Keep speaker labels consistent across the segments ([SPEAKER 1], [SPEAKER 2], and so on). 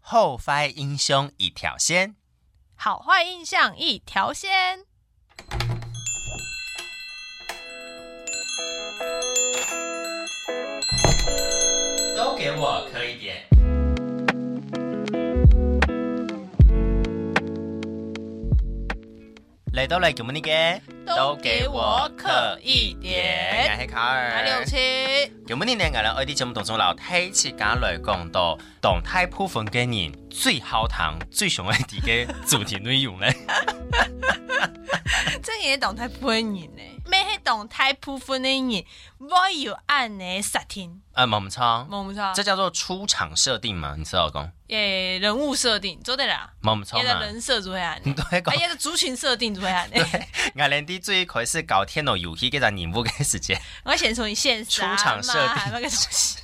[SPEAKER 1] 后发英雄一条线。
[SPEAKER 2] 好坏印象一条线。
[SPEAKER 1] 都给我磕一点。来都来给我们那个，
[SPEAKER 2] 都给我磕一点
[SPEAKER 1] 我是卡尔，
[SPEAKER 2] 来六七，
[SPEAKER 1] 今日呢，我哋我哋节目当中老睇起讲来讲到动态部分嘅人最好谈、最想爱啲嘅主题内容 咧。
[SPEAKER 2] 这也动态部分人呢？咩系动态部分的人？我有按呢设定，
[SPEAKER 1] 啊，冇唔错，
[SPEAKER 2] 冇唔错
[SPEAKER 1] 这，叫做出场设定嘛？你知道讲
[SPEAKER 2] 诶，人物设定做对啦，
[SPEAKER 1] 冇唔错
[SPEAKER 2] 也
[SPEAKER 1] 嘛
[SPEAKER 2] 的？人设做会按呢，
[SPEAKER 1] 对哦讲
[SPEAKER 2] 哎，，也的族群设定做会按呢。
[SPEAKER 1] 我连啲最开始搞电脑游戏嘅人任务嘅时间，
[SPEAKER 2] 我先从你现实啊
[SPEAKER 1] 出场设定
[SPEAKER 2] 妈那个东西，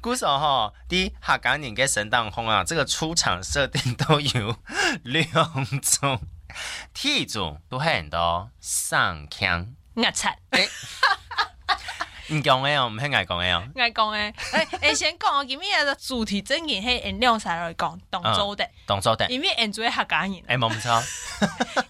[SPEAKER 1] 故说吼，啲客家人嘅神当空啊，这个出场设定都有两种， 第一种都系很多上腔，
[SPEAKER 2] 我擦。
[SPEAKER 1] 唔讲嘅哦，唔系我讲嘅 哦。
[SPEAKER 2] 爱讲诶，诶、诶，先讲哦我今日嘅主题真言系用两啥来讲，同州的，
[SPEAKER 1] 动作的，
[SPEAKER 2] 因为用做客家人，
[SPEAKER 1] 哎，冇错，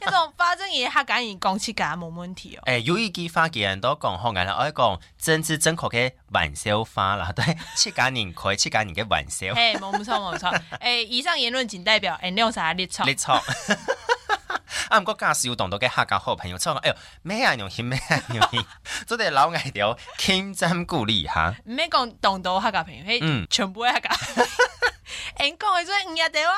[SPEAKER 2] 一种把真言客家人讲起家冇问题哦。
[SPEAKER 1] 哎，有一句话嘅人都讲好哦嘅啦，我講政治正確嘅玩笑話啦，對，七家人開七家人嘅玩 笑，
[SPEAKER 2] 诶，冇唔错冇唔错，诶，以上言论仅代表用两啥立场
[SPEAKER 1] 你。錯。 啊，唔過假使有同到嘅客家好朋友，錯講，哎呦，咩人用戲，咩人用戲，做啲老藝條，傾針故理哈。
[SPEAKER 2] 唔免讲同道客家朋友，
[SPEAKER 1] 嗯
[SPEAKER 2] 迄全部的客 家。因讲嘅做五日对哇，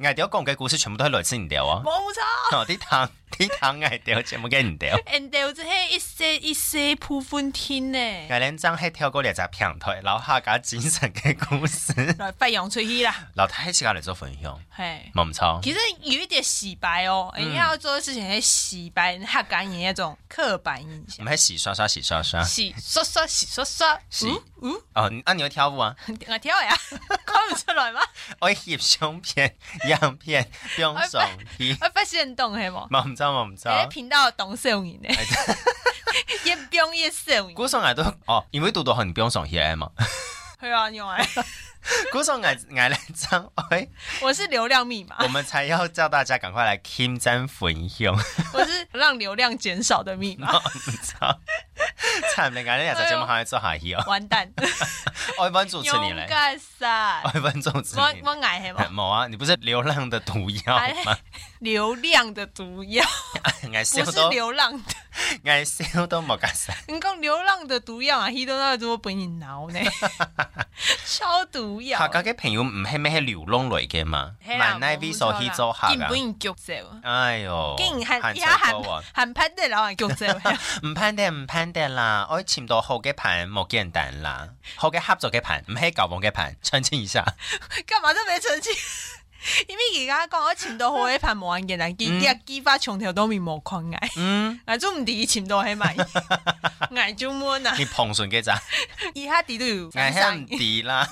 [SPEAKER 1] 藝條講嘅故事全部都係類似唔掉哦，
[SPEAKER 2] 冇唔错。
[SPEAKER 1] 哦，啲糖啲糖藝條全部嘅唔掉。
[SPEAKER 2] 因掉即系一些一些部分天呢，
[SPEAKER 1] 藝人真係跳過兩隻平台，老客家精神嘅故 事，
[SPEAKER 2] 来发扬出去啦，
[SPEAKER 1] 老太自家嚟做分享，
[SPEAKER 2] 系。
[SPEAKER 1] 冇唔錯。
[SPEAKER 2] 其实有一点洗白哦，人家要做的事情是洗白客家人那种刻板印象，
[SPEAKER 1] 唔系洗刷刷洗刷刷
[SPEAKER 2] 洗刷刷洗刷刷，
[SPEAKER 1] 洗
[SPEAKER 2] 嗯
[SPEAKER 1] 哦，你啊你会跳舞啊？
[SPEAKER 2] 嗯， 我跳呀，看不出来吗？
[SPEAKER 1] 我翕相片、样片、用手机，
[SPEAKER 2] 我发现懂系冇，
[SPEAKER 1] 冇唔知冇唔知
[SPEAKER 2] 你。的频道懂摄影呢，
[SPEAKER 1] 哎
[SPEAKER 2] 越表越摄影，
[SPEAKER 1] 古上我都哦，因为读到很不用上去的嘛。
[SPEAKER 2] 系啊，用哎，
[SPEAKER 1] 古上我我来张哎，
[SPEAKER 2] 我是流量密码
[SPEAKER 1] 我，们才要叫大家赶快来 Kim 赞分 享，
[SPEAKER 2] 我是让流量减少的密码，
[SPEAKER 1] 冇唔哦知。惨了，我哋两只节目还要做下去哦。
[SPEAKER 2] 完 蛋，
[SPEAKER 1] 我问主持你
[SPEAKER 2] 勇
[SPEAKER 1] 嘞，
[SPEAKER 2] 敢噻，
[SPEAKER 1] 我问主持
[SPEAKER 2] 我
[SPEAKER 1] 你。
[SPEAKER 2] 我矮系 冇，
[SPEAKER 1] 冇啊，你不是流浪的毒药 吗？
[SPEAKER 2] 哎流量的毒药，
[SPEAKER 1] 我笑
[SPEAKER 2] 不是
[SPEAKER 1] 都
[SPEAKER 2] 流浪的。
[SPEAKER 1] 我笑都冇敢笑。
[SPEAKER 2] 你讲流浪的毒药啊，他都那做本人 挠呢，超毒药。
[SPEAKER 1] 客家嘅朋友唔係咩係流浪嚟嘅嘛，
[SPEAKER 2] 嘿啦
[SPEAKER 1] 萬乃 V 所去做啊客
[SPEAKER 2] 他
[SPEAKER 1] 噶
[SPEAKER 2] 本。人叫走，
[SPEAKER 1] 哎呦，
[SPEAKER 2] 竟然
[SPEAKER 1] 韓
[SPEAKER 2] 喊
[SPEAKER 1] 國
[SPEAKER 2] 呀喊
[SPEAKER 1] 歌王
[SPEAKER 2] 喊潘啊的老板叫走，
[SPEAKER 1] 唔攀得唔攀得啦，我潛到好嘅盤冇簡單啦，好嘅合作嘅盤唔係舊網嘅盤，澄清一下。
[SPEAKER 2] 干嘛都没澄清。因为而家讲我潛到好一盤冇人嘅，但
[SPEAKER 1] 嗯
[SPEAKER 2] 佢啲激發從頭到面冇困難，
[SPEAKER 1] 嗯，
[SPEAKER 2] 我都啊唔知潛到喺 埋，捱做乜啊？
[SPEAKER 1] 你碰順嘅咋，
[SPEAKER 2] 而下啲都要
[SPEAKER 1] 危
[SPEAKER 2] 反
[SPEAKER 1] 險
[SPEAKER 2] 省，
[SPEAKER 1] 啲啦。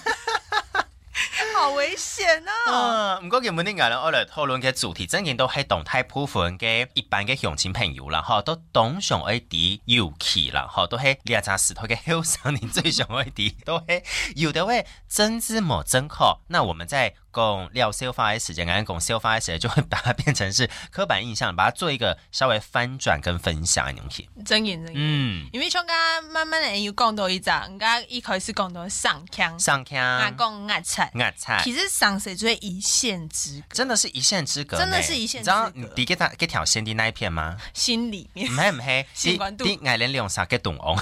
[SPEAKER 2] 好危險啊！
[SPEAKER 1] 啊唔過今本啲藝人我嚟討論嘅主題，真見到係動態部分嘅一般嘅鄉親朋友啦，嗬，都懂上一啲尤其啦，嗬，都係呢扎時代嘅 後生年最上一啲， 都係有的位真知冇真確。那我們在講聊消化嘅時間，跟講消化嘅時間，就會把它變成是刻板印象，把它做一個稍微翻轉跟分享嘅東西。
[SPEAKER 2] 真言真言，
[SPEAKER 1] 嗯，
[SPEAKER 2] 因為從家慢慢地要講到一集，人家一開始講到上腔，
[SPEAKER 1] 上
[SPEAKER 2] 啊
[SPEAKER 1] 腔
[SPEAKER 2] 講壓菜。
[SPEAKER 1] 壓菜。
[SPEAKER 2] 其实赏谁最一线之隔，
[SPEAKER 1] 真的是一线之隔呢，
[SPEAKER 2] 真的是一线
[SPEAKER 1] 你知道
[SPEAKER 2] 之
[SPEAKER 1] 你
[SPEAKER 2] 隔
[SPEAKER 1] 第一條第一條線的那一片嗎？
[SPEAKER 2] 心里面
[SPEAKER 1] 唔系唔系，
[SPEAKER 2] 新冠度
[SPEAKER 1] 啲啲藝人兩三嘅動 昂，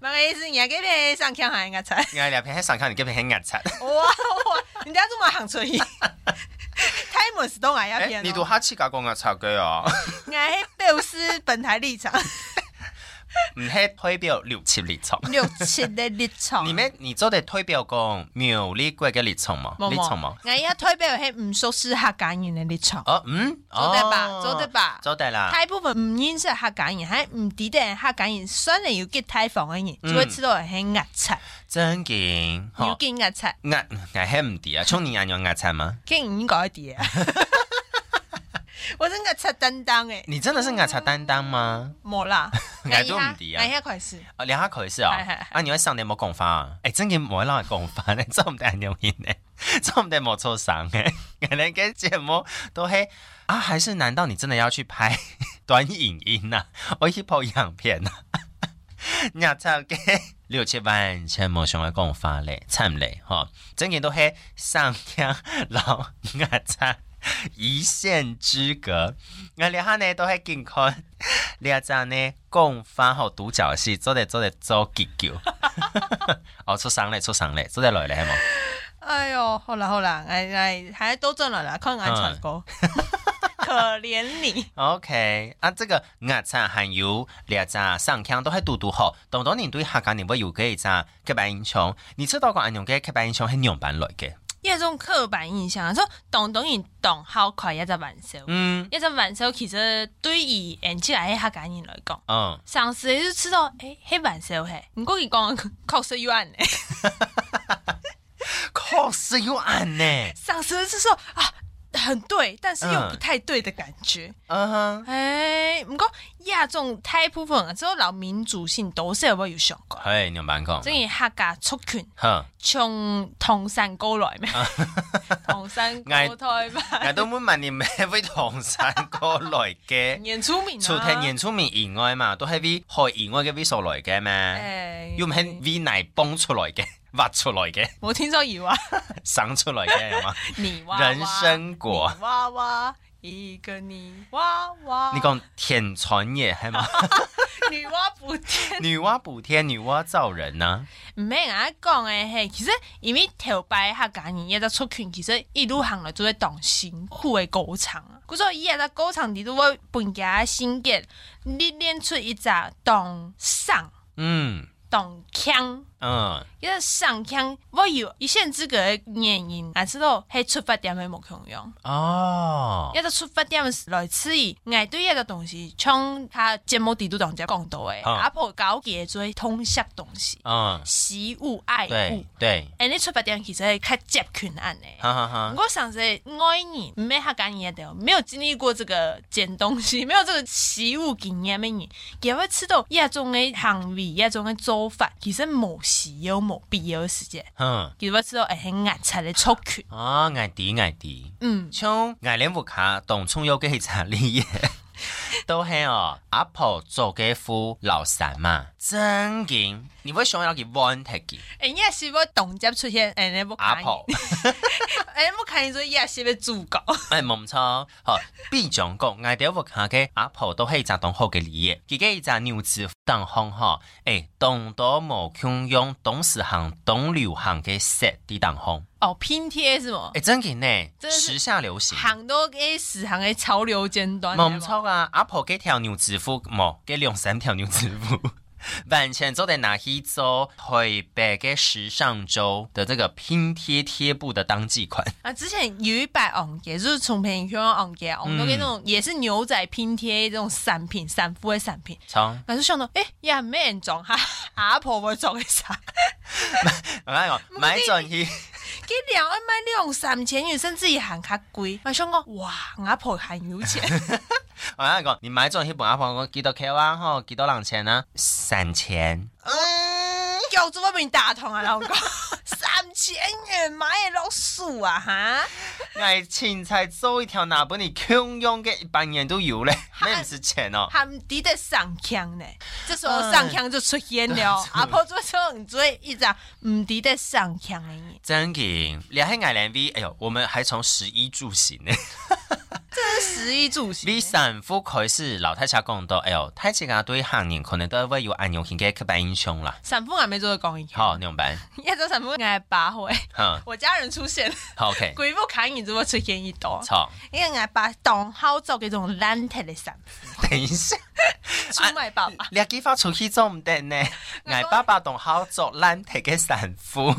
[SPEAKER 2] 那个意思，你还给别上腔喊人家猜，
[SPEAKER 1] 藝人片喺上口，你根本喺壓柒。
[SPEAKER 2] 哇哇，人家这么 行出去，太没事都挨一
[SPEAKER 1] 誒
[SPEAKER 2] 片
[SPEAKER 1] 你讀
[SPEAKER 2] 哦，
[SPEAKER 1] 黑黐教講壓柒嘅 哦，
[SPEAKER 2] 挨黑表示本台立场，
[SPEAKER 1] 唔係推表六七立場。
[SPEAKER 2] 六七的立场
[SPEAKER 1] 你。咩？你做的推表講苗栗國嘅立場嘛？立場嘛？，
[SPEAKER 2] 我一哎推表系唔熟悉客家人的立场，
[SPEAKER 1] 哦，嗯，
[SPEAKER 2] 做得吧，
[SPEAKER 1] 哦
[SPEAKER 2] 做得，吧。
[SPEAKER 1] 做得啦。
[SPEAKER 2] 大部分唔认识客家人，系唔知得客家人，虽然要get 太房嘅人，
[SPEAKER 1] 嗯
[SPEAKER 2] 就会知道系压菜，
[SPEAKER 1] 真勁，
[SPEAKER 2] 要
[SPEAKER 1] 吼
[SPEAKER 2] 见压菜，
[SPEAKER 1] 壓壓係唔啲啊？從你眼用壓柒嘛？
[SPEAKER 2] 见唔应该啲啊。我真个擦担当诶，
[SPEAKER 1] 你真的是牙擦担当吗？
[SPEAKER 2] 冇 啦，
[SPEAKER 1] 挨都唔抵啊
[SPEAKER 2] 挨下快事，
[SPEAKER 1] 啊，聊下佢先啊
[SPEAKER 2] 係係係！
[SPEAKER 1] 啊，你喺上年冇講翻啊？誒，真嘅唔可以攞嚟講翻咧， 真唔得人用面咧， 真唔得冇錯省嘅。 人哋嘅節目都係啊，還是難道你真的要去拍 短影音啊？我去拍影片啊！ 廿七嘅 六七萬真冇上嘅講法咧，慘咧嗬！真嘅都係上天老牙擦一線之隔，我哋下呢都係健康。你阿仔呢，讲翻好独角戏，做得做得做结局。 哦，出声嘞，出声嘞，做得来嘞，系冇？
[SPEAKER 2] 哎呦，好啦好啦，哎哎，还都赚了啦，看俺传歌， 可怜你，
[SPEAKER 1] OK，啊，这个牙齿含有两只上腔都系嘟嘟好，当当年对客家人会有嘅一只刻板印象，你知道讲安用嘅刻板印象系样板来嘅，
[SPEAKER 2] 一种刻板印象，说懂懂人懂好快一只玩笑，
[SPEAKER 1] 嗯
[SPEAKER 2] 一只玩笑其实对于人起来客家人来讲。
[SPEAKER 1] 嗯，
[SPEAKER 2] 上次就知道，诶、欸，黑板笑嘿，唔过佢讲的确实有案诶。
[SPEAKER 1] 确实有按呢，
[SPEAKER 2] 上次就说啊，很对，但是又不太对的感觉。
[SPEAKER 1] 嗯哼，
[SPEAKER 2] 诶、唔过亚种大部分啊，只有老民族性都是有冇有上过，
[SPEAKER 1] 系样板讲，
[SPEAKER 2] 即系客家出群
[SPEAKER 1] 哼，
[SPEAKER 2] 从唐山过来咩？
[SPEAKER 1] 啊
[SPEAKER 2] 唐山过台吧，
[SPEAKER 1] 我都冇问你咩位唐山过来嘅。
[SPEAKER 2] 演出名啊，
[SPEAKER 1] 除脱演出面以外嘛，都係 V 海以外嘅 V 數來嘅
[SPEAKER 2] 哎
[SPEAKER 1] 咩？
[SPEAKER 2] 诶，
[SPEAKER 1] 要唔係 V 奶崩出來嘅、 挖出來嘅、
[SPEAKER 2] 我听说有啊，
[SPEAKER 1] 省出來嘅係嘛？
[SPEAKER 2] 你娃娃，
[SPEAKER 1] 人参果
[SPEAKER 2] 你娃娃，一个泥娃娃，
[SPEAKER 1] 你講天傳嘢係嘛？
[SPEAKER 2] 女娲补天。
[SPEAKER 1] 女娲補天，女娲造人啊！
[SPEAKER 2] 唔免人家讲诶，嘿，其实因为头摆客家人一只出圈，其实一路行来做一档辛苦的歌唱啊。故所以一只歌唱，你都要本家心结，你练出一只当上
[SPEAKER 1] 嗯
[SPEAKER 2] 当腔，
[SPEAKER 1] 嗯，
[SPEAKER 2] 一只上腔，我有一线之隔的啊原因，但是都系出发点系冇共用。
[SPEAKER 1] 哦，
[SPEAKER 2] 一个出发点是来自于爱对一个东西，像他节目地都当家讲到诶，
[SPEAKER 1] 嗯
[SPEAKER 2] 阿婆啊搞嘅做通识东西，
[SPEAKER 1] 嗯，
[SPEAKER 2] 喜恶爱恶
[SPEAKER 1] 對。對，
[SPEAKER 2] 诶，你出发点其实系较接权案诶。
[SPEAKER 1] 哎哈哈哈，
[SPEAKER 2] 我上次爱你，唔系客家人的，没有经历过这个捡东西，没 有这个食物经验的人，也会吃到一种的行为，一种的做法，其实冇需要、冇必要的时间，
[SPEAKER 1] 嗯，
[SPEAKER 2] 其实我知道会哎很压出的出权。
[SPEAKER 1] 啊，捱啲捱啲。
[SPEAKER 2] 嗯，
[SPEAKER 1] 像牙脸屋卡董聪有嘅查理耶， 都系哦阿婆做嘅副老三嘛，真劲！你会想要佢 one take
[SPEAKER 2] 诶，也是要动接出现，诶，你不
[SPEAKER 1] 阿
[SPEAKER 2] 看你，
[SPEAKER 1] 婆，
[SPEAKER 2] 诶，不看你做也是要主角。
[SPEAKER 1] 哎冇错，好，必讲讲牙脸屋卡嘅阿婆都系一只当好嘅理嘢，佢嘅一只牛子当行吼，哎，当到冇穷用，当时行当流行嘅色啲当行，
[SPEAKER 2] 哦，拼贴是么？
[SPEAKER 1] 哎真劲呢，
[SPEAKER 2] 真的是
[SPEAKER 1] 时下流行。
[SPEAKER 2] 行到嘅时行嘅潮流尖端。
[SPEAKER 1] 冇错啊，阿婆几条牛仔裤，冇几两三条牛仔裤，完全做在拿去做台北嘅时尚周的这个拼贴贴布的当季款。
[SPEAKER 2] 啊，之前有一版昂杰，就是从朋友圈昂杰，昂到那种也是牛仔拼贴这种散品、散服的散品。
[SPEAKER 1] 从
[SPEAKER 2] 我就想到，哎、呀，咩人撞下阿婆会撞嘅 衫，
[SPEAKER 1] 我讲讲买转去，
[SPEAKER 2] 几两万买两三千元，甚至于行较贵。我想讲，哇，阿婆很有钱，
[SPEAKER 1] 哦我讲讲你买转去本阿婆讲几多 K 啊？吼，几多人钱啊？三千。
[SPEAKER 2] 嗯， 叫做外面大同啊，老公，三千元买的老鼠啊，哈，
[SPEAKER 1] 爱哎青菜做一条哪本你穷用嘅一般人都有 嘞，那不是钱哦。
[SPEAKER 2] 他们抵得上腔呢。这时候上腔就出现了，啊阿婆做时候你做一张唔抵得上腔的人。
[SPEAKER 1] 真嘅，你喺爱兰 V，哎呦，我们还从十一住行呢。
[SPEAKER 2] 食衣住行。
[SPEAKER 1] V 神父佢是老太太講到，哎呦，太子家對行人可能都會有按用型嘅刻板印象啦。
[SPEAKER 2] 散步还没做到公益，
[SPEAKER 1] 好，你用版，
[SPEAKER 2] 亚洲散步应该八回。
[SPEAKER 1] 哼，
[SPEAKER 2] 我家人出 现，
[SPEAKER 1] 好 OK，
[SPEAKER 2] 鬼步砍你，怎么出现一刀？
[SPEAKER 1] 错。
[SPEAKER 2] 因为俺把当好做给这种烂铁的散步，
[SPEAKER 1] 等一下，
[SPEAKER 2] 出卖爸 爸。
[SPEAKER 1] 你幾發出去做唔得呢？
[SPEAKER 2] 我
[SPEAKER 1] 捱爸爸同好做爛提嘅神父，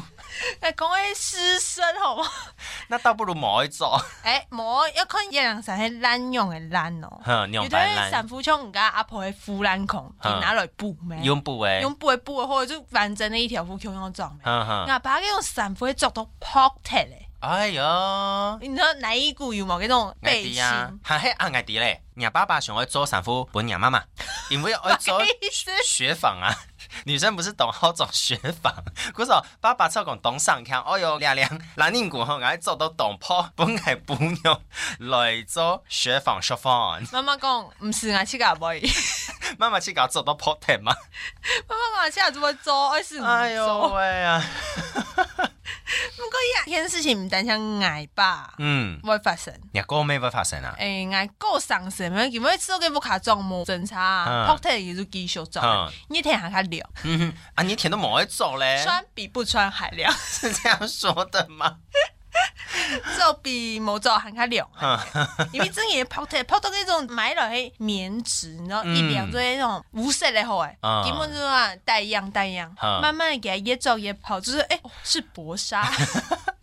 [SPEAKER 2] 哎，讲的师生好吗？
[SPEAKER 1] 那倒不如冇去做。
[SPEAKER 2] 哎，冇要看一人散系滥用的烂哦。
[SPEAKER 1] 哼，你
[SPEAKER 2] 有
[SPEAKER 1] 用
[SPEAKER 2] 的
[SPEAKER 1] 版
[SPEAKER 2] 散
[SPEAKER 1] 爛，
[SPEAKER 2] 步像人家阿婆的腐烂孔，
[SPEAKER 1] 嗯
[SPEAKER 2] 给拿来补咩？
[SPEAKER 1] 用布诶，
[SPEAKER 2] 用布的
[SPEAKER 1] 嗯
[SPEAKER 2] 布的，或者就完整的一条布，用用装咩？
[SPEAKER 1] 哼哼，
[SPEAKER 2] 俺爸给用散步做到破铁嘞。
[SPEAKER 1] 哎哟，
[SPEAKER 2] 你知道哪一股有冇那种
[SPEAKER 1] 爱
[SPEAKER 2] 背
[SPEAKER 1] 迪
[SPEAKER 2] 心？
[SPEAKER 1] 啊， 还系阿爱迪嘞。你爸爸想要做产妇，不你妈妈，因为要 做
[SPEAKER 2] 意思
[SPEAKER 1] 雪纺啊。女生不是懂好做雪纺，可是哦爸爸操讲懂上腔，哦哟凉凉，蓝领股吼爱做到懂破，本来不用来做雪纺雪纺。
[SPEAKER 2] 妈妈讲唔是牙齿噶 boy，
[SPEAKER 1] 妈妈去搞做到破天吗？
[SPEAKER 2] 妈妈讲现在怎么做，二十五
[SPEAKER 1] 哎呦
[SPEAKER 2] 做。
[SPEAKER 1] 喂啊！
[SPEAKER 2] 不过一件事情唔单像挨吧，
[SPEAKER 1] 嗯，
[SPEAKER 2] 会发生。
[SPEAKER 1] 你哥妹会发生 啊？
[SPEAKER 2] 诶，挨够上身，因为因为做嘅不卡装冇侦查，
[SPEAKER 1] 嗯
[SPEAKER 2] 破体也是技术装
[SPEAKER 1] 嗯，哎
[SPEAKER 2] 你听下较聊，
[SPEAKER 1] 嗯哼，啊，你一天都冇爱做嘞，
[SPEAKER 2] 穿比不穿还凉，
[SPEAKER 1] 是这样说的吗？
[SPEAKER 2] 做比冇做还较凉。
[SPEAKER 1] 嗯
[SPEAKER 2] 因为真嘅破体破到嗰种买落去棉质，然后一凉
[SPEAKER 1] 嗯
[SPEAKER 2] 做那种无色的哎好诶，
[SPEAKER 1] 嗯
[SPEAKER 2] 基本上啊带样带样，
[SPEAKER 1] 嗯
[SPEAKER 2] 慢慢地给它越做越泡，就是诶是 薄纱。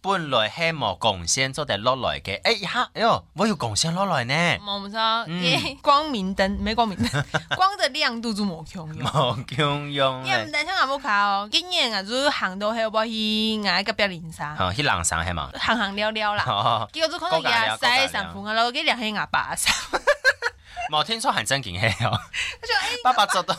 [SPEAKER 1] 本来系冇贡献做得落来嘅，哎呀，哎呦，我有贡献落来呢，
[SPEAKER 2] 我们知道，
[SPEAKER 1] 嗯
[SPEAKER 2] 因为光明灯没光明 灯，光的亮度就冇强用。
[SPEAKER 1] 冇用用
[SPEAKER 2] 因为我们
[SPEAKER 1] 嘞，
[SPEAKER 2] 在香港冇卡哦，今年啊就是行到喺我去挨个表零三，
[SPEAKER 1] 好哦去冷上系嘛？
[SPEAKER 2] 行行了了啦。
[SPEAKER 1] 哦，
[SPEAKER 2] 结果就看到牙
[SPEAKER 1] 高价
[SPEAKER 2] 塞
[SPEAKER 1] 了
[SPEAKER 2] 上风啊，然后给两黑牙拔 上，
[SPEAKER 1] 冇听说很正经系哦。
[SPEAKER 2] 他就哎，
[SPEAKER 1] 爸爸做到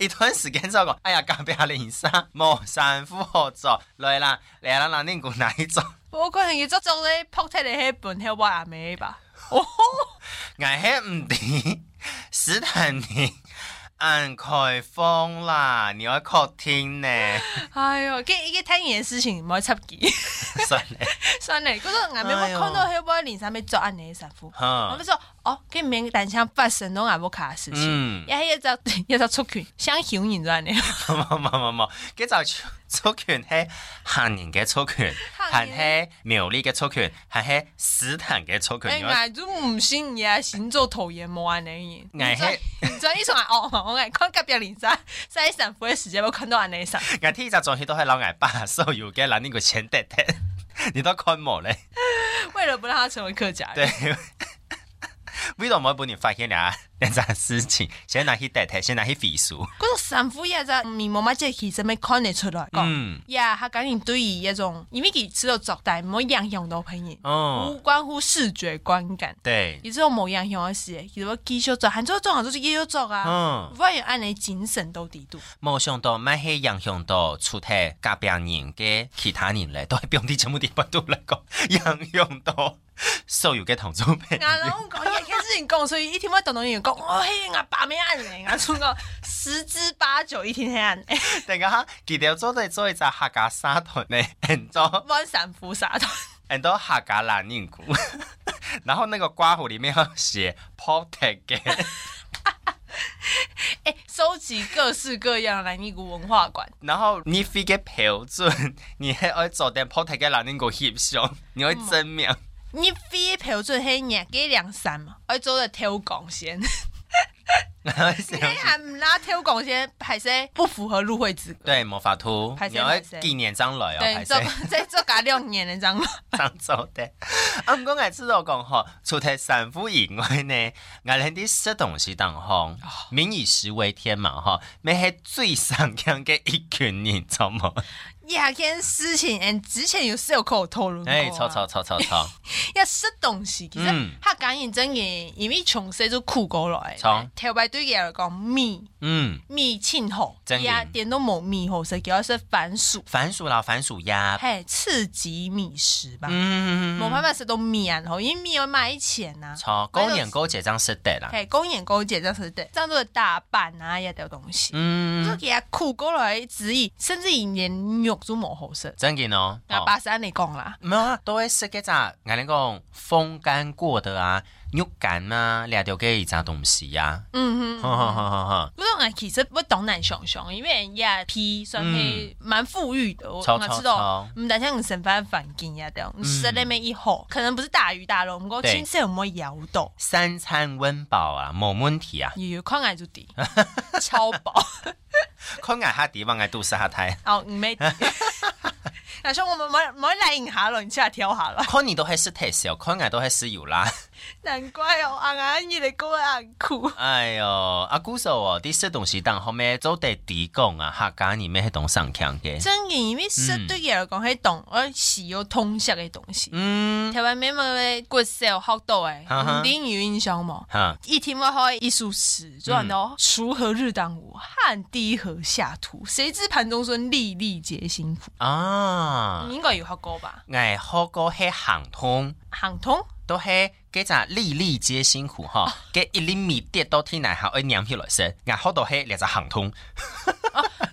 [SPEAKER 1] 一段时间之后讲，哎呀，隔壁阿林生冇衫裤好做，来啦，来啦，那恁姑哪一种？
[SPEAKER 2] 我可能要做做咧扑出嚟迄本喺我阿妹吧。哦，
[SPEAKER 1] 我系唔知，史坦尼按开放啦，你要客厅 呢？
[SPEAKER 2] 哎哟，跟一个听嘢事情唔好插忌，
[SPEAKER 1] 算了，
[SPEAKER 2] 算嚟，嗰阵阿妹我看到喺我零三咪做安尼衫裤，我
[SPEAKER 1] 哈
[SPEAKER 2] 咪，说哦，跟免单枪发生到阿妹卡的事情。
[SPEAKER 1] 嗯，
[SPEAKER 2] 也迄个只一只出拳，像熊人在呢，
[SPEAKER 1] 冇冇冇冇，佢就出拳系汉人嘅出拳，
[SPEAKER 2] 漢
[SPEAKER 1] 汉
[SPEAKER 2] 人
[SPEAKER 1] 系苗栗嘅出拳，汉系史坦嘅出
[SPEAKER 2] 哎，
[SPEAKER 1] 拳，
[SPEAKER 2] 俺就唔信也先做头爷冇安尼
[SPEAKER 1] 我
[SPEAKER 2] 嘢。
[SPEAKER 1] 系
[SPEAKER 2] 你知伊从来哦，我爱看隔壁邻仔，在神父的时间，我看到安尼啥？
[SPEAKER 1] 我第一集做戏都系老挨爸，所以有嘅嗱呢个钱得得，你都看冇咧。
[SPEAKER 2] 为了不让他成为客家 人，
[SPEAKER 1] 对，为什么不能发现俩两啊件事情？先拿去代替，先拿去废书。
[SPEAKER 2] 嗰种神父也在面无乜即其实咪看得出来讲。
[SPEAKER 1] 嗯，
[SPEAKER 2] 呀，他赶紧对于一种，因为佢知道作大，唔好影响到朋友，无
[SPEAKER 1] 哦，
[SPEAKER 2] 关乎视觉观感。
[SPEAKER 1] 对，
[SPEAKER 2] 伊这种冇影响的事，其实我继续做，喊做做，喊做就继续做啊。
[SPEAKER 1] 嗯，
[SPEAKER 2] 我有安尼精神到底度，
[SPEAKER 1] 冇想到买起影响到除替隔壁人嘅其他人咧，都係標啲全部地方都嚟講影響到所有嘅同族朋
[SPEAKER 2] 俺
[SPEAKER 1] 友。
[SPEAKER 2] 老公啊讲，哎一开始你讲，所以一天我等到你讲，哦我嘿，俺爸咩按嘞，俺从个十之八九一天黑按嘞，
[SPEAKER 1] 突然間，佢哋做對做一隻客家沙團咧，很 多
[SPEAKER 2] 弯散扶啥的，
[SPEAKER 1] 很多客家男人鼓， 然後那個刮胡裡面要寫 “ported” 嘅。
[SPEAKER 2] 哎，收集各式各样的尼古文化馆，
[SPEAKER 1] 然后你飞嘅标准，你还要做点 p o t 嘅男人个翕相，你会证明。
[SPEAKER 2] 你非陪准黑年给两三嘛，而做的挑广先，你还唔啊拉挑广先，还是不符合入会资格。
[SPEAKER 1] 对，魔法图
[SPEAKER 2] 拍，摄
[SPEAKER 1] 你要纪念张来哦，
[SPEAKER 2] 对，
[SPEAKER 1] 拍
[SPEAKER 2] 做
[SPEAKER 1] 摄
[SPEAKER 2] 在做噶六年的章嘛，
[SPEAKER 1] 张做的。啊，唔过我知道讲吼，除脱散步以外呢，我连啲食东西当吼，
[SPEAKER 2] 哦
[SPEAKER 1] 民以食为天嘛吼，咩系最上强嘅一群人，知道吗？
[SPEAKER 2] 啊呀，件事情，嗯，之前有室友跟我透露过、啊，
[SPEAKER 1] 哎，错错错错 错，
[SPEAKER 2] 要识东西，其实
[SPEAKER 1] 嗯
[SPEAKER 2] 他感认真嘅，因为从细就苦过来哎
[SPEAKER 1] 從，
[SPEAKER 2] 头摆对佢嚟讲米
[SPEAKER 1] 嗯，
[SPEAKER 2] 米青好，
[SPEAKER 1] 真嘅
[SPEAKER 2] 呀，点都冇米好食，叫食番薯，
[SPEAKER 1] 番薯啦，番薯呀，
[SPEAKER 2] 嘿，刺激米食吧，
[SPEAKER 1] 嗯，
[SPEAKER 2] 冇办法食到米啊，好，因为米要卖钱呐，
[SPEAKER 1] 错，过年过节这样食的啦，
[SPEAKER 2] 嘿，公演公姐这样子的，这样做的打扮啊，一啲东西，
[SPEAKER 1] 嗯
[SPEAKER 2] 就。给他苦过来指引，甚至于连肉都冇好食，
[SPEAKER 1] 真嘅哦，
[SPEAKER 2] 阿
[SPEAKER 1] 哦
[SPEAKER 2] 爸生你讲啦，
[SPEAKER 1] 没有啊，都会食嗰只，我哋讲风干过的啊，肉干啊，掠到嘅一只东西啊，
[SPEAKER 2] 嗯哼。
[SPEAKER 1] 哈哈哈哈哈，
[SPEAKER 2] 不过我其实不懂难想象，因为人家批算是蛮富裕的，我
[SPEAKER 1] 嗯超
[SPEAKER 2] 我
[SPEAKER 1] 超
[SPEAKER 2] 知道。
[SPEAKER 1] 超，嗯
[SPEAKER 2] 嗯，但像你身份反境呀，这样你吃那边一吼，可能不是大鱼大肉，我们讲
[SPEAKER 1] 对
[SPEAKER 2] 亲戚有没有摇到，
[SPEAKER 1] 三餐温饱啊，冇问题啊，
[SPEAKER 2] 也有看爱 就低，超饱，
[SPEAKER 1] 看眼下地方啊嘅都是下 睇，
[SPEAKER 2] 哦，唔没低。 那像我们没没来饮下了，你下挑下了，
[SPEAKER 1] 看你都系食太少，看眼都系食油啦，
[SPEAKER 2] 难怪哦，红红伊来讲红裤。
[SPEAKER 1] 哎哟，阿姑说哦，啲些东西当后面做得地讲啊，客家里面迄种上强嘅。
[SPEAKER 2] 真嘅，因为是对伊来讲迄懂，而是有通识的东西。
[SPEAKER 1] 嗯，
[SPEAKER 2] 台湾妹妹的骨色有好多诶
[SPEAKER 1] 啊哈，
[SPEAKER 2] 一定有印象无？
[SPEAKER 1] 哈，
[SPEAKER 2] 一听我好艺术史，
[SPEAKER 1] 嗯
[SPEAKER 2] 转到锄禾哦日当午，汗滴禾下土。谁知盘中餐，粒粒皆辛苦。
[SPEAKER 1] 啊，
[SPEAKER 2] 你应该有学过吧？
[SPEAKER 1] 哎，好过迄行通，
[SPEAKER 2] 行 通
[SPEAKER 1] 都迄给只粒粒皆辛苦吼，给一粒米跌到天内下，哎娘起来说，哎好到迄两只行通，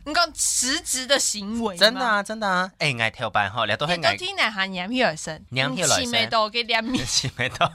[SPEAKER 2] 你讲辞职的行为吗，
[SPEAKER 1] 真的啊，真的啊，哎，爱跳班吼，两到
[SPEAKER 2] 你
[SPEAKER 1] 迄
[SPEAKER 2] 都
[SPEAKER 1] 爱。
[SPEAKER 2] 听哪喊念起来声，
[SPEAKER 1] 念起来声
[SPEAKER 2] 你没到给念 面
[SPEAKER 1] 是没到，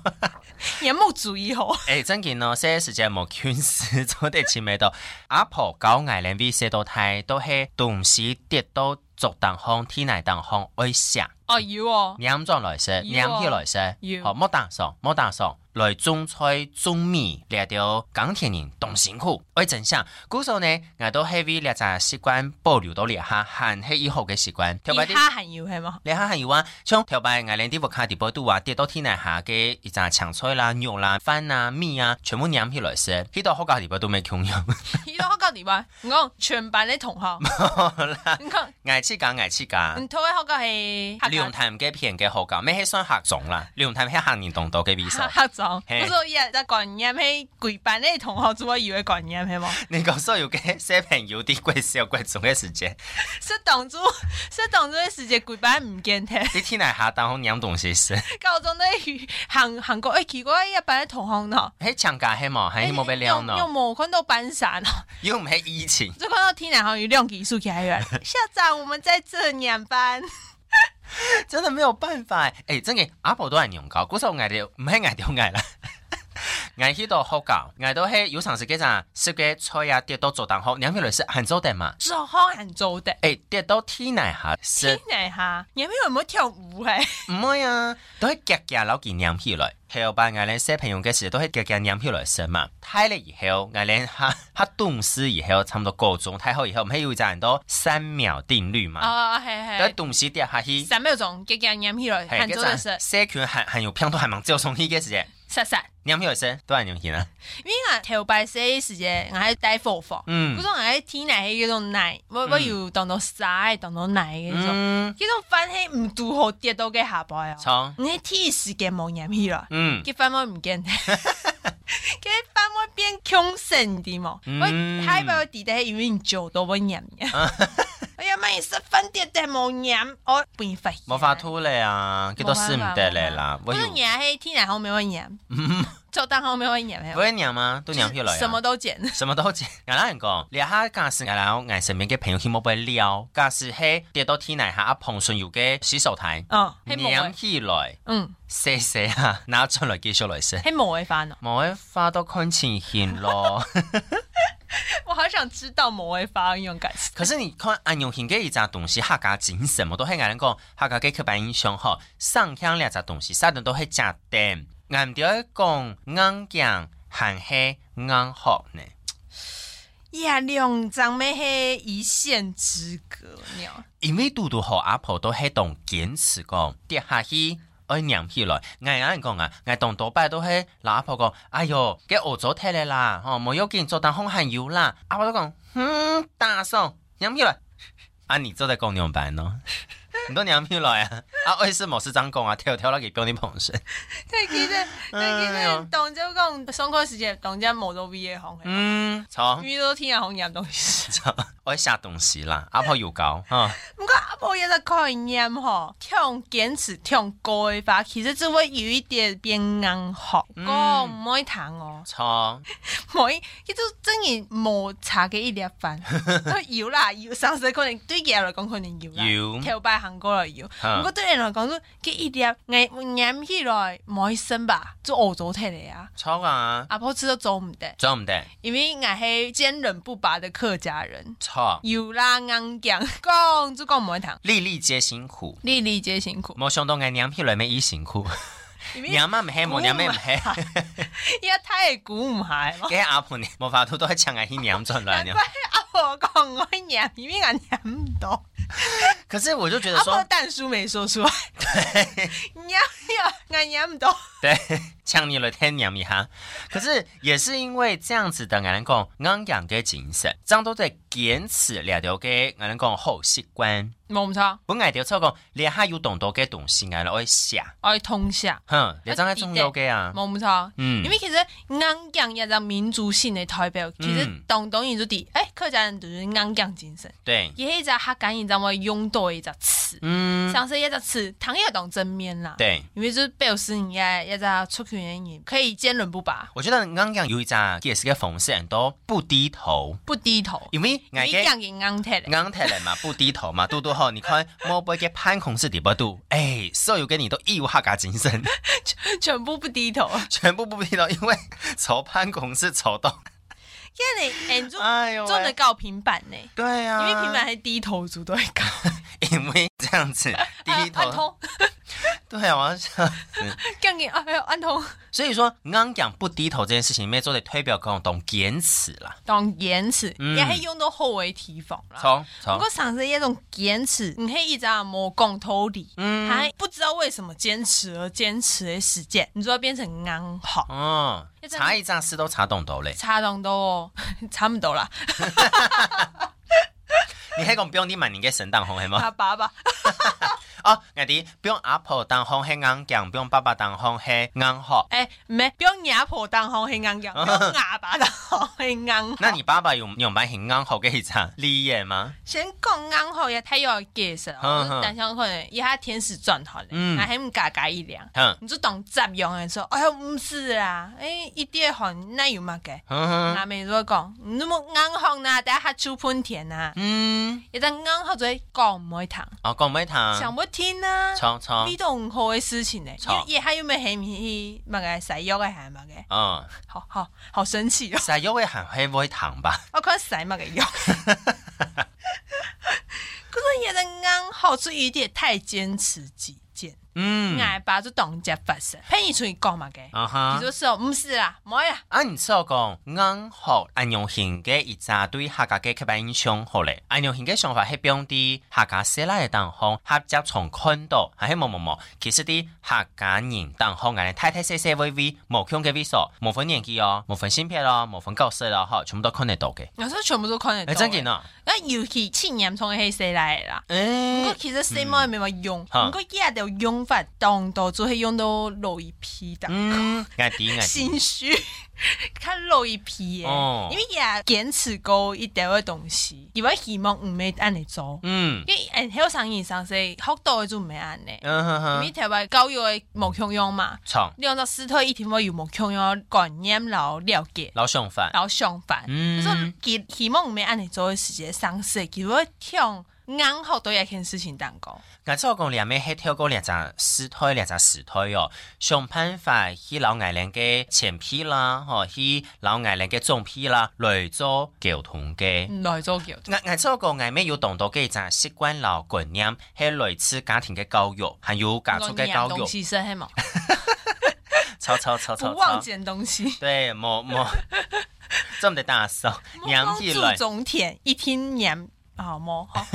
[SPEAKER 2] 念木主义吼。
[SPEAKER 1] 哎、真见哦，些时间无见事，做得前没到。 阿婆搞爱连 V 写到太，都系同时跌到足当风，天内当风，爱下。
[SPEAKER 2] 哦，有哦，
[SPEAKER 1] 念装来食，念起来食，
[SPEAKER 2] 要
[SPEAKER 1] 好莫打爽，莫打爽。来种菜种米，掠到港铁人动辛苦，爱真相。古时候呢，我都系为掠只习惯保留到掠下，含系以后嘅习惯。跳摆
[SPEAKER 2] 你
[SPEAKER 1] 啲，
[SPEAKER 2] 哈喊有系吗？
[SPEAKER 1] 掠下系要啊，像跳摆我连啲沃卡地波都话跌到天内下嘅一只青菜啦、肉啦、饭啦、米啊，全部念起来食。呢度好家地波都未穷用，
[SPEAKER 2] 你都到底吧？你讲全班的 同学，你讲
[SPEAKER 1] 挨黐架挨黐架。
[SPEAKER 2] 你头一学
[SPEAKER 1] 啊
[SPEAKER 2] 个系客
[SPEAKER 1] 两
[SPEAKER 2] 家
[SPEAKER 1] 潭嘅片嘅好教，咩系算客种啦？两潭系行年动到嘅比
[SPEAKER 2] 客
[SPEAKER 1] 赛。
[SPEAKER 2] 客长，
[SPEAKER 1] 嘿
[SPEAKER 2] 我说伊在管念迄规班的同学做以为管念系吗？
[SPEAKER 1] 你讲所有嘅小朋友啲鬼笑鬼种嘅時間，
[SPEAKER 2] 是当初 是当初的时间规班唔见听，
[SPEAKER 1] 你天来下当好娘东西食，
[SPEAKER 2] 高中咧韩韩国诶哎奇怪一班的同学呢，哎
[SPEAKER 1] 喺長假希望喺冇俾撩
[SPEAKER 2] 用
[SPEAKER 1] 呢，
[SPEAKER 2] 用冇看到班上哦。
[SPEAKER 1] 又唔係以前，
[SPEAKER 2] 就看到天然好像有亮技术起来 了。校长，我们在这两班。
[SPEAKER 1] 真的没有辦法。誒、真嘅阿婆都係用教，嗰時候捱到唔係捱到捱啦。捱去到好教，捱到喺有常時嗰陣，食嘅菜啊跌到做蛋殼，娘咪嚟食杭州店嘛。
[SPEAKER 2] 做好很做的。
[SPEAKER 1] 誒、跌到天來下
[SPEAKER 2] 天
[SPEAKER 1] 食，
[SPEAKER 2] 然哈，你们有没有跳舞哎？
[SPEAKER 1] 唔會啊，都係夾夾扭件娘起來。後班捱咧小朋友嘅時都係夾夾娘起來食嘛。睇了以後，捱咧哈哈動思以後，差唔多高中太好以後，唔係有一隻人都三秒定律嘛。
[SPEAKER 2] 啊，
[SPEAKER 1] 但
[SPEAKER 2] 系
[SPEAKER 1] 动时跌下
[SPEAKER 2] 系，
[SPEAKER 1] 去，
[SPEAKER 2] 三秒钟给人念起来，很做的是
[SPEAKER 1] 社群还还有偏都还忙，只有从呢个时间，
[SPEAKER 2] 实实。
[SPEAKER 1] 你有没有声？都系用钱啊？
[SPEAKER 2] 因为俺跳白色的时间，俺还带火房，
[SPEAKER 1] 嗯
[SPEAKER 2] 嗰种俺天然系嗰种奶，我我要当到晒，当到奶嘅嗰种，
[SPEAKER 1] 嗯，
[SPEAKER 2] 嗰种番系唔拄好跌到嘅下巴啊！
[SPEAKER 1] 从
[SPEAKER 2] 你天时间冇念起来。
[SPEAKER 1] 嗯
[SPEAKER 2] 佮番我 唔见，佮番我变穷神啲嘛，
[SPEAKER 1] 嗯
[SPEAKER 2] 我海把我弟弟因为做到我念 嘅，我要买十分跌但冇念，我被发现。
[SPEAKER 1] 冇法，吐咧啊，几多事唔得咧啦，我
[SPEAKER 2] 我都
[SPEAKER 1] 有
[SPEAKER 2] 念喺天然后面我 念，做蛋后面我念，
[SPEAKER 1] 我娘吗？都娘起来
[SPEAKER 2] 什么
[SPEAKER 1] 啊。
[SPEAKER 2] 都 捡。
[SPEAKER 1] 什么都知，我 拉人讲，你下假使我拉我身边嘅朋友去冇俾撩，假使喺跌到天底下碰上有嘅洗手台，
[SPEAKER 2] 嗯，係冇
[SPEAKER 1] 黏
[SPEAKER 2] 嘅，
[SPEAKER 1] 起來，
[SPEAKER 2] 嗯，
[SPEAKER 1] 洗洗啊，拿出來繼續來洗，
[SPEAKER 2] 係冇嘅番啊！
[SPEAKER 1] 冇一花都看前線咯。
[SPEAKER 2] 我好想知道冇嘅番用感受。
[SPEAKER 1] 可是你看，啊安用型嘅一扎东西，客家精神嘛，都系人讲客家嘅刻板印象吼，上腔两只东西，三顿都系食点，俺唔要讲硬讲，还系硬学呢。
[SPEAKER 2] 呀，两张咩係一线之隔了。
[SPEAKER 1] 因为嘟嘟和阿婆都系当坚持讲，跌下去。爱念起来，挨人讲啊，挨当多拜都系老阿婆讲，哎哟，给学咗睇咧啦，哦，冇要紧，做当空闲油啦。阿婆都讲，嗯，大嫂，念起来。啊，你做在讲牛班咯，你都念起来啊。啊，我也是冇事张讲啊，跳跳那给标你捧水。
[SPEAKER 2] 对，其 实，对，其实当州讲上课时间，当州冇到 V 嘅行嘅，
[SPEAKER 1] 嗯，错
[SPEAKER 2] 遇到天下行业东西。
[SPEAKER 1] 错，我要下东西啦，阿婆有搞啊。
[SPEAKER 2] 不过阿婆也在概念吼，跳坚持跳高的吧，其实只会有一点变硬学，我唔可以弹哦，
[SPEAKER 1] 错，
[SPEAKER 2] 唔可以，佢就真然冇差嘅一粒分，都要啦，要三十可能对嘢来讲可能要啦，
[SPEAKER 1] 有
[SPEAKER 2] 跳摆行过来要，
[SPEAKER 1] 嗯
[SPEAKER 2] 不过对人来讲，佢一粒硬硬起来唔可以升吧，做熬咗睇嚟啊，
[SPEAKER 1] 错啊，
[SPEAKER 2] 阿婆吃都做唔得。
[SPEAKER 1] 做唔得，
[SPEAKER 2] 因为我系坚韧不拔的客家人，
[SPEAKER 1] 错，
[SPEAKER 2] 有啦硬讲，讲就讲唔会听，
[SPEAKER 1] 粒粒皆辛苦。
[SPEAKER 2] 粒粒皆辛苦。
[SPEAKER 1] 冇想到俺娘屁来咩伊辛 苦，
[SPEAKER 2] 因为
[SPEAKER 1] 娘妈唔系，冇娘咩唔系，
[SPEAKER 2] 伊家太古唔系咯，
[SPEAKER 1] 给阿婆呢，冇法度都系抢俺去娘转来
[SPEAKER 2] 难
[SPEAKER 1] 呢
[SPEAKER 2] 怪。阿婆讲我念，因为我念唔到，
[SPEAKER 1] 可是我就觉得
[SPEAKER 2] 阿婆
[SPEAKER 1] 说，
[SPEAKER 2] 但书没说出来，念呀，我念唔到，
[SPEAKER 1] 对对，像你了天娘咪哈。可是也是因为这样子的，俺能讲昂扬的精神，这样都在坚持了条给俺能讲好习惯。
[SPEAKER 2] 冇唔错，
[SPEAKER 1] 本来就操讲，你还有懂多嘅东西，俺来写，
[SPEAKER 2] 我要通下，
[SPEAKER 1] 哼，你真系重要嘅啊。
[SPEAKER 2] 冇唔错。
[SPEAKER 1] 嗯
[SPEAKER 2] 呃因，为其实硬讲一个民族性的代表，其实
[SPEAKER 1] 嗯
[SPEAKER 2] 当当然就第，哎，客家人就是硬讲精神，
[SPEAKER 1] 对，
[SPEAKER 2] 也是一只客家人怎么用到的一只词，
[SPEAKER 1] 嗯，
[SPEAKER 2] 像是一只词，唐也当正面啦，
[SPEAKER 1] 对。
[SPEAKER 2] 因为就是表示人家一只出去人也可以坚韧不拔，
[SPEAKER 1] 我觉得刚刚有一张也是个方式，很多不低头，
[SPEAKER 2] 不低头，
[SPEAKER 1] 因为俺
[SPEAKER 2] 你
[SPEAKER 1] 个
[SPEAKER 2] 讲硬硬踢的，
[SPEAKER 1] 刚提了嘛，不低头嘛，嘟嘟吼，你看摸不个潘孔是第八度，哎，所有跟你都义务哈嘎精神，
[SPEAKER 2] 全部不低头。
[SPEAKER 1] 全部不低头，因为仇潘孔是仇到，
[SPEAKER 2] 现在你做
[SPEAKER 1] 哎呦喂，
[SPEAKER 2] 做的够平板呢，
[SPEAKER 1] 对呀、啊，
[SPEAKER 2] 因为平板是低头族都会搞，
[SPEAKER 1] 因为这样子低
[SPEAKER 2] 啊
[SPEAKER 1] 头，
[SPEAKER 2] 按通，
[SPEAKER 1] 对啊，我要想
[SPEAKER 2] 讲硬啊，哎呦按通，
[SPEAKER 1] 所以说刚讲不低头这件事情，没做的推表共懂坚持啦，
[SPEAKER 2] 当言辞，
[SPEAKER 1] 嗯
[SPEAKER 2] 也是用到后为提防啦。
[SPEAKER 1] 从
[SPEAKER 2] 啊不
[SPEAKER 1] 从
[SPEAKER 2] 过上次一种坚持，你可以一直摸共偷理，
[SPEAKER 1] 嗯
[SPEAKER 2] 还不知道为什么坚持而坚持的实践，你就要变成硬好。
[SPEAKER 1] 哦，查一张事都查懂到嘞。
[SPEAKER 2] 差东都哦， 差不多啦，
[SPEAKER 1] 你还讲不用你买你个神当红系吗？
[SPEAKER 2] 他爸爸
[SPEAKER 1] 哦，我哋不用阿婆当红系硬强，不用爸爸当红系硬好。
[SPEAKER 2] 哎，没不用牙婆当好黑硬硬，不用牙爸当好黑硬好。
[SPEAKER 1] 啊那你爸爸有有买很硬好嘅一张立业吗？
[SPEAKER 2] 先讲硬好也太有解释
[SPEAKER 1] 嗯嗯
[SPEAKER 2] 了，但想可能一下天使转头嘞，
[SPEAKER 1] 嗯
[SPEAKER 2] 还唔嘎嘎一两，
[SPEAKER 1] 哼
[SPEAKER 2] 你就懂杂用的说，哎呦唔是啊，哎一点好那有嘛嘅。
[SPEAKER 1] 哼哼，
[SPEAKER 2] 阿妹如果讲，你冇硬好呐，等下出喷田呐，
[SPEAKER 1] 嗯，
[SPEAKER 2] 一旦硬好就讲唔会谈，
[SPEAKER 1] 我讲咩糖？
[SPEAKER 2] 想不听呐，
[SPEAKER 1] 冲冲
[SPEAKER 2] 啊你，都唔好的事情呢，
[SPEAKER 1] 错
[SPEAKER 2] 也还有咩系唔系乜嘅使药嘅系乜嘅，
[SPEAKER 1] 嗯，
[SPEAKER 2] 好好好生气哦，
[SPEAKER 1] 晒药会含黑会糖吧？
[SPEAKER 2] 我看使乜嘅 药。可是一旦硬好出一点太坚持己见，
[SPEAKER 1] 嗯，
[SPEAKER 2] 爱把这当家发生，骗你出去讲嘛嘅，
[SPEAKER 1] 啊
[SPEAKER 2] 哎
[SPEAKER 1] 哈。
[SPEAKER 2] 你就说唔是啦，冇啦，
[SPEAKER 1] 啊，你所讲硬好按用型嘅一扎对客家嘅刻板印象好咧，按用型嘅想法係表啲客家社拉嘅当方，合集從看到，係係冇冇冇，其實啲客家人當方嘅太太細細微微，無腔嘅微數，無分年紀哦，無分性別咯，無分角色咯，嗬，全部都看得到嘅。
[SPEAKER 2] 我说全部都看得
[SPEAKER 1] 誒，
[SPEAKER 2] 到
[SPEAKER 1] 真
[SPEAKER 2] 的
[SPEAKER 1] 嘅。啊！
[SPEAKER 2] 啊，尤其青年从黑谁来的啦？不
[SPEAKER 1] 誒，
[SPEAKER 2] 過其實西貓也沒乜用，
[SPEAKER 1] 嗯
[SPEAKER 2] 不過一條用法當到就係用到老一批的，
[SPEAKER 1] 嗯，我知我知，
[SPEAKER 2] 心 虛，看老一批耶，
[SPEAKER 1] 哦
[SPEAKER 2] 因為也堅持過一條嘅東西，因為希望唔會按你做，
[SPEAKER 1] 嗯，
[SPEAKER 2] 因為人後生人上世學到嘅就唔會按你，
[SPEAKER 1] 嗯哼
[SPEAKER 2] 因為
[SPEAKER 1] 哼，
[SPEAKER 2] 台灣教育嘅目向用嘛，
[SPEAKER 1] 從
[SPEAKER 2] 你用到師退一定會有目向用觀念，然後了解，
[SPEAKER 1] 老相反，
[SPEAKER 2] 然後相反。
[SPEAKER 1] 嗯，
[SPEAKER 2] 就是其希望唔要按你做嘅事情上市，其实向硬好多一件事情当讲。
[SPEAKER 1] 我做讲两面系跳过两只石头，两只石头哦，想办法去老艺人嘅前批啦，吼去老艺人嘅中批啦，来做沟通嘅。
[SPEAKER 2] 来做叫
[SPEAKER 1] 我我做讲我咩要懂到嘅一只习惯老观念，系类似家庭嘅教育，还有家族嘅教
[SPEAKER 2] 东
[SPEAKER 1] 育，
[SPEAKER 2] 西是黑 嘛，
[SPEAKER 1] 操操操
[SPEAKER 2] 不
[SPEAKER 1] 操
[SPEAKER 2] 忘
[SPEAKER 1] 操，
[SPEAKER 2] 捡 东西。
[SPEAKER 1] 对，冇冇，这么的大手，娘屁
[SPEAKER 2] 注
[SPEAKER 1] 来，
[SPEAKER 2] 重田一哦听娘好么？好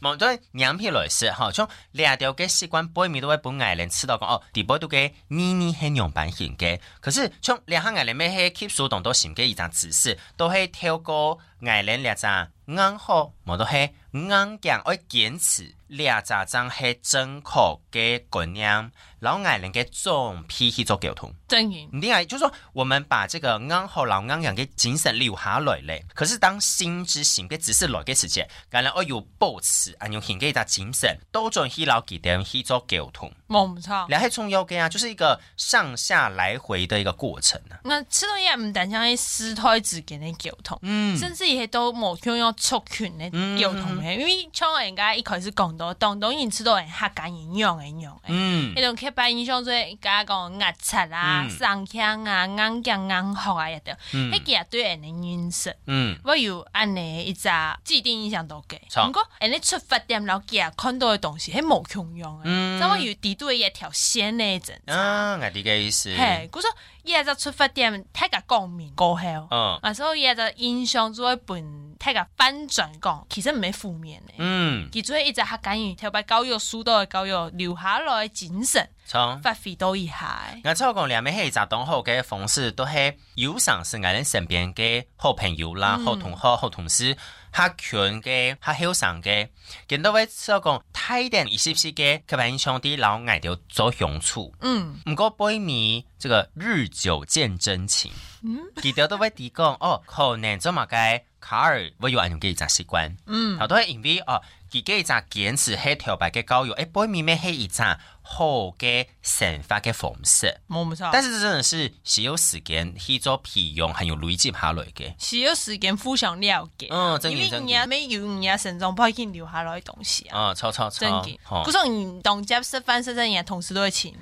[SPEAKER 1] 冇对娘屁来是吼，像两条嘅习惯背面都会本艺人吃到讲哦，第八都嘅呢呢系样板型嘅，可是像两下艺人咩系 keep 手动到型嘅一张姿势，都系透过艺人两张硬好，冇都系硬强爱坚持两张张系正确嘅观念，老艺人嘅总脾去做沟通。
[SPEAKER 2] 真云
[SPEAKER 1] 你来就是说，我们把这个安好老安养给精神留下来嘞。可是当心之行给只是来嘅时间，然后有保持安用行给他精神，都准去老给点去做沟通，
[SPEAKER 2] 冇唔错。
[SPEAKER 1] 然后重要嘅啊，就是一个上下来回的一个过程啊。
[SPEAKER 2] 那吃东西唔但像係师胎之间的沟通，
[SPEAKER 1] 嗯
[SPEAKER 2] 甚至也都冇向要促權的沟通嘅，因為像人家一開始講到，當當然知道人客家人用嘅用嘅。
[SPEAKER 1] 嗯
[SPEAKER 2] 迄种刻板印象做，甲讲压擦啊、
[SPEAKER 1] 嗯
[SPEAKER 2] 上腔啊、硬强硬学啊，一条，迄个也对人的认识。
[SPEAKER 1] 嗯，
[SPEAKER 2] 我有安尼一只既定印象都给，
[SPEAKER 1] 错
[SPEAKER 2] 不过安尼出发点了，佮看到的东西迄无穷用的，
[SPEAKER 1] 嗯嗯
[SPEAKER 2] 怎么有地对一条线呢？真
[SPEAKER 1] 啊，我的个意思，
[SPEAKER 2] 嘿，佢说伊个出发点太个光明过后，
[SPEAKER 1] 嗯
[SPEAKER 2] 啊，所以伊个印象做一本太个反转讲，其实唔系负面嘅。
[SPEAKER 1] 嗯，
[SPEAKER 2] 其实一直客家人跳把教育疏导的教育留下来的精神
[SPEAKER 1] 从。
[SPEAKER 2] 发挥到以下的。
[SPEAKER 1] 我超讲两面迄集当好嘅方式，都系有上是我哋身边嘅好朋友啦、好同学、好同事，较强嘅、较后生嘅，见到位所讲太点一些些嘅，刻板印象啲老爱着做相处。
[SPEAKER 2] 嗯，
[SPEAKER 1] 唔过背面这个日久见真情，记得都会提讲哦，可能做嘛嘅卡尔会有安用嘅一只习惯，嗯，好多因为哦，自己一只坚持系条白嘅教育，诶，背面咩系一只好嘅生法嘅方式，
[SPEAKER 2] 冇唔错。
[SPEAKER 1] 但是真的是是有时间去做皮用，很有累积下来嘅，
[SPEAKER 2] 是有时间互相了解，
[SPEAKER 1] 嗯真
[SPEAKER 2] 因
[SPEAKER 1] 的
[SPEAKER 2] 为
[SPEAKER 1] 真的
[SPEAKER 2] 人家没有人家身上不已经留下来的东西啊。
[SPEAKER 1] 哦，超超
[SPEAKER 2] 真
[SPEAKER 1] 超
[SPEAKER 2] 的，，
[SPEAKER 1] 吼
[SPEAKER 2] 可，是你懂接吃饭，甚至人家啊同事都会请你，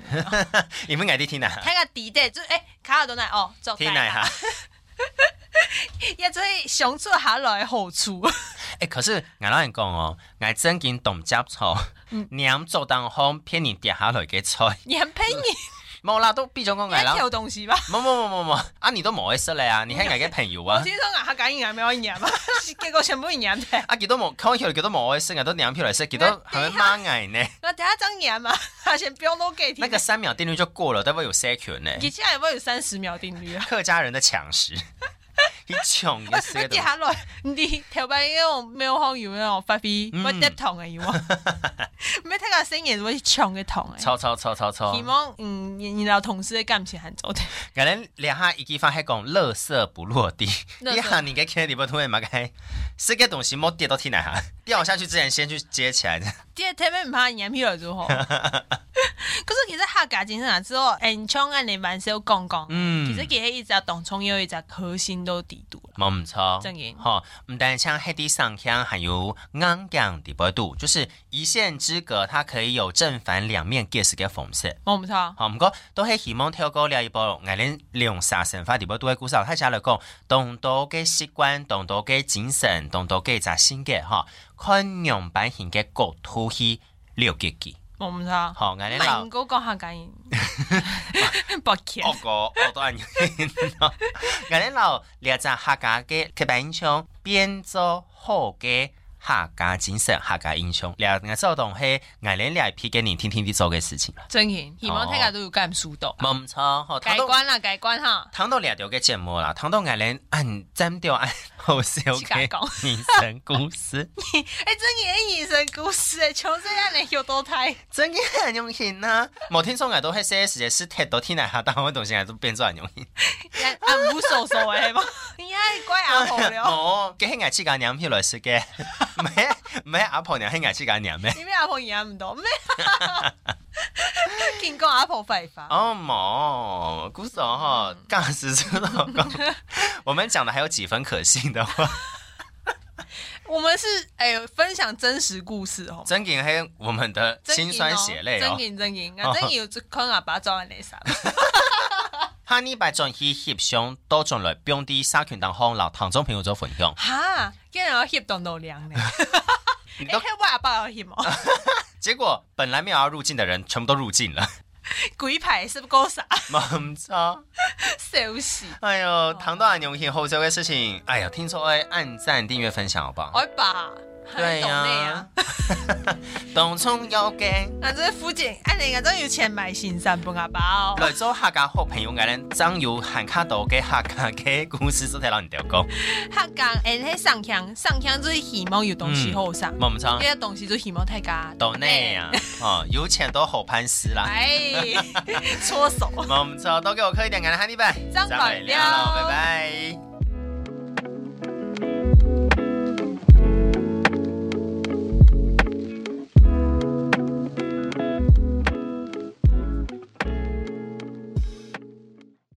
[SPEAKER 1] 你们爱啲听哪？
[SPEAKER 2] 睇下底底就哎卡尔都奈哦，做
[SPEAKER 1] 听哪哈？
[SPEAKER 2] 也最相处下来的好处。
[SPEAKER 1] 哎、可是俺老人讲哦，俺真经懂接错，
[SPEAKER 2] 嗯
[SPEAKER 1] 娘做当风骗你跌下来嘅菜，
[SPEAKER 2] 你很骗你，
[SPEAKER 1] 冇啦，都必种讲
[SPEAKER 2] 你
[SPEAKER 1] 俺
[SPEAKER 2] 在
[SPEAKER 1] 老，
[SPEAKER 2] 挑东西吧？
[SPEAKER 1] 冇冇冇冇冇，啊你都冇会识咧啊，你系俺嘅朋友
[SPEAKER 2] 我
[SPEAKER 1] 啊，
[SPEAKER 2] 听说俺客家人还没有赢 嘛，结果全部赢的。
[SPEAKER 1] 啊几多冇，看起来几多冇会识，俺都娘票来识，几多系咪妈矮呢？
[SPEAKER 2] 我等下张赢嘛，他先不用都给
[SPEAKER 1] 那
[SPEAKER 2] 听
[SPEAKER 1] 个。三秒定律就过了，但会有社群呢，
[SPEAKER 2] 以前还会有三十秒定律啊。
[SPEAKER 1] 客家人的抢 食，你抢嘅
[SPEAKER 2] 我
[SPEAKER 1] 食
[SPEAKER 2] 跌下來，唔知頭擺嗰種喵腔要嗰種發飛，
[SPEAKER 1] 嗯
[SPEAKER 2] E，我跌糖嘅要， 唔係聽下聲音會唱嘅糖嘅。
[SPEAKER 1] 超超超超超
[SPEAKER 2] 希，望嗯，然然後同事嘅感情很 早啲。
[SPEAKER 1] 可能两下一句话系讲垃圾不落地，
[SPEAKER 2] 垃圾
[SPEAKER 1] 一下你嘅 k 你不突然嘛该，是个东西冇跌到天哪下，掉下去之前先去接起来。
[SPEAKER 2] 即係聽咩唔怕人票 嚟做好。可是其實客家精神啊，之後 e n 啊，你蠻少講講。
[SPEAKER 1] 嗯
[SPEAKER 2] 其實佢係一隻動創有一隻核心都地度啦。
[SPEAKER 1] 冇唔 錯，
[SPEAKER 2] 正言
[SPEAKER 1] 吼，嗯唔但像黑地上腔，還有硬讲的波度，就是一線之隔，它可以有正反兩面 guess 嘅方式。
[SPEAKER 2] 我唔錯，
[SPEAKER 1] 好，唔過都係希望透過了一部我哋利用啥神法啲波度嘅故事，睇下嚟講，動到嘅習慣，動到嘅精神，動到嘅一新嘅吼，看用版型嘅角度去了解佢。
[SPEAKER 2] 我唔錯。
[SPEAKER 1] 好，我哋
[SPEAKER 2] 唔係
[SPEAKER 1] 老
[SPEAKER 2] 唔好講客家 人，抱歉。
[SPEAKER 1] 我哦個我都 係，我哋老兩隻客家嘅刻板印象變做好嘅客家精神、客家英雄。兩我做同係我哋兩批嘅人天天地做嘅事情啦。
[SPEAKER 2] 真嘅，希
[SPEAKER 1] 哦
[SPEAKER 2] 望大家都有咁疏導。
[SPEAKER 1] 冇唔錯，好，
[SPEAKER 2] 改
[SPEAKER 1] 談到
[SPEAKER 2] 觀啦，改觀哈。
[SPEAKER 1] 談到兩條嘅節目啦，談到我哋按針掉按好笑嘅
[SPEAKER 2] 去講
[SPEAKER 1] 人生故事，
[SPEAKER 2] 哎、这你的隐身故事哎，穷这样你有多胎？
[SPEAKER 1] 真嘅很用心啊！冇聽說我都係些時間是踢到天台下，但我東西都變咗很用心。
[SPEAKER 2] 俺无所所谓 嘛，你爱怪阿婆了，
[SPEAKER 1] 哦，佢係牙齒間娘票來食嘅，唔係唔係阿婆娘係牙齒間娘咩？
[SPEAKER 2] 你咩阿婆演唔到咩？ 见过阿婆废话，
[SPEAKER 1] 哦，冇，古手哈，尬死出老公。我们讲的还有几分可信的话，
[SPEAKER 2] 我们是哎、分享真实故事哦。
[SPEAKER 1] 真给黑我们的
[SPEAKER 2] 真
[SPEAKER 1] 辛酸血泪
[SPEAKER 2] 真
[SPEAKER 1] 哦。
[SPEAKER 2] 言真言，啊，真言有看阿爸做安尼啥？
[SPEAKER 1] 哈尼白种去翕相，多种来用啲社群当中老唐种朋友做分享。
[SPEAKER 2] 哈，竟然要翕到老娘呢？
[SPEAKER 1] 你
[SPEAKER 2] 哎，
[SPEAKER 1] 都啊
[SPEAKER 2] 我阿爸要翕哦，
[SPEAKER 1] 结果本来没有要入境的人，全部都入境 了，
[SPEAKER 2] 鬼牌是不够傻，
[SPEAKER 1] 冇错。
[SPEAKER 2] 笑死！
[SPEAKER 1] 哎呦，
[SPEAKER 2] 哦
[SPEAKER 1] 唐到俺牛皮后这个事情，哎呀，听说哎，按赞、订阅、分享，好不好？
[SPEAKER 2] 我爸，
[SPEAKER 1] 对
[SPEAKER 2] 哦懂啊你
[SPEAKER 1] 呀
[SPEAKER 2] 啊。，
[SPEAKER 1] 当中要紧。
[SPEAKER 2] 俺啊这福建，俺人家都有钱买新衫不阿爸哦。
[SPEAKER 1] 来做客家好朋友嘅人，真有限卡度嘅客家嘅故事，都睇到人哋讲。
[SPEAKER 2] 客家人喺欸上腔，上腔就是希望有东
[SPEAKER 1] 嗯
[SPEAKER 2] 西好上，
[SPEAKER 1] 冇唔错
[SPEAKER 2] 呢，个东西就希望大家
[SPEAKER 1] 岛啊内啊，哦，有钱都好潘石啦。
[SPEAKER 2] 哎，搓手。
[SPEAKER 1] 冇唔错，都给我磕一点，感谢哈尼拜，
[SPEAKER 2] 张百
[SPEAKER 1] 张百
[SPEAKER 2] 亮
[SPEAKER 1] 亮拜拜。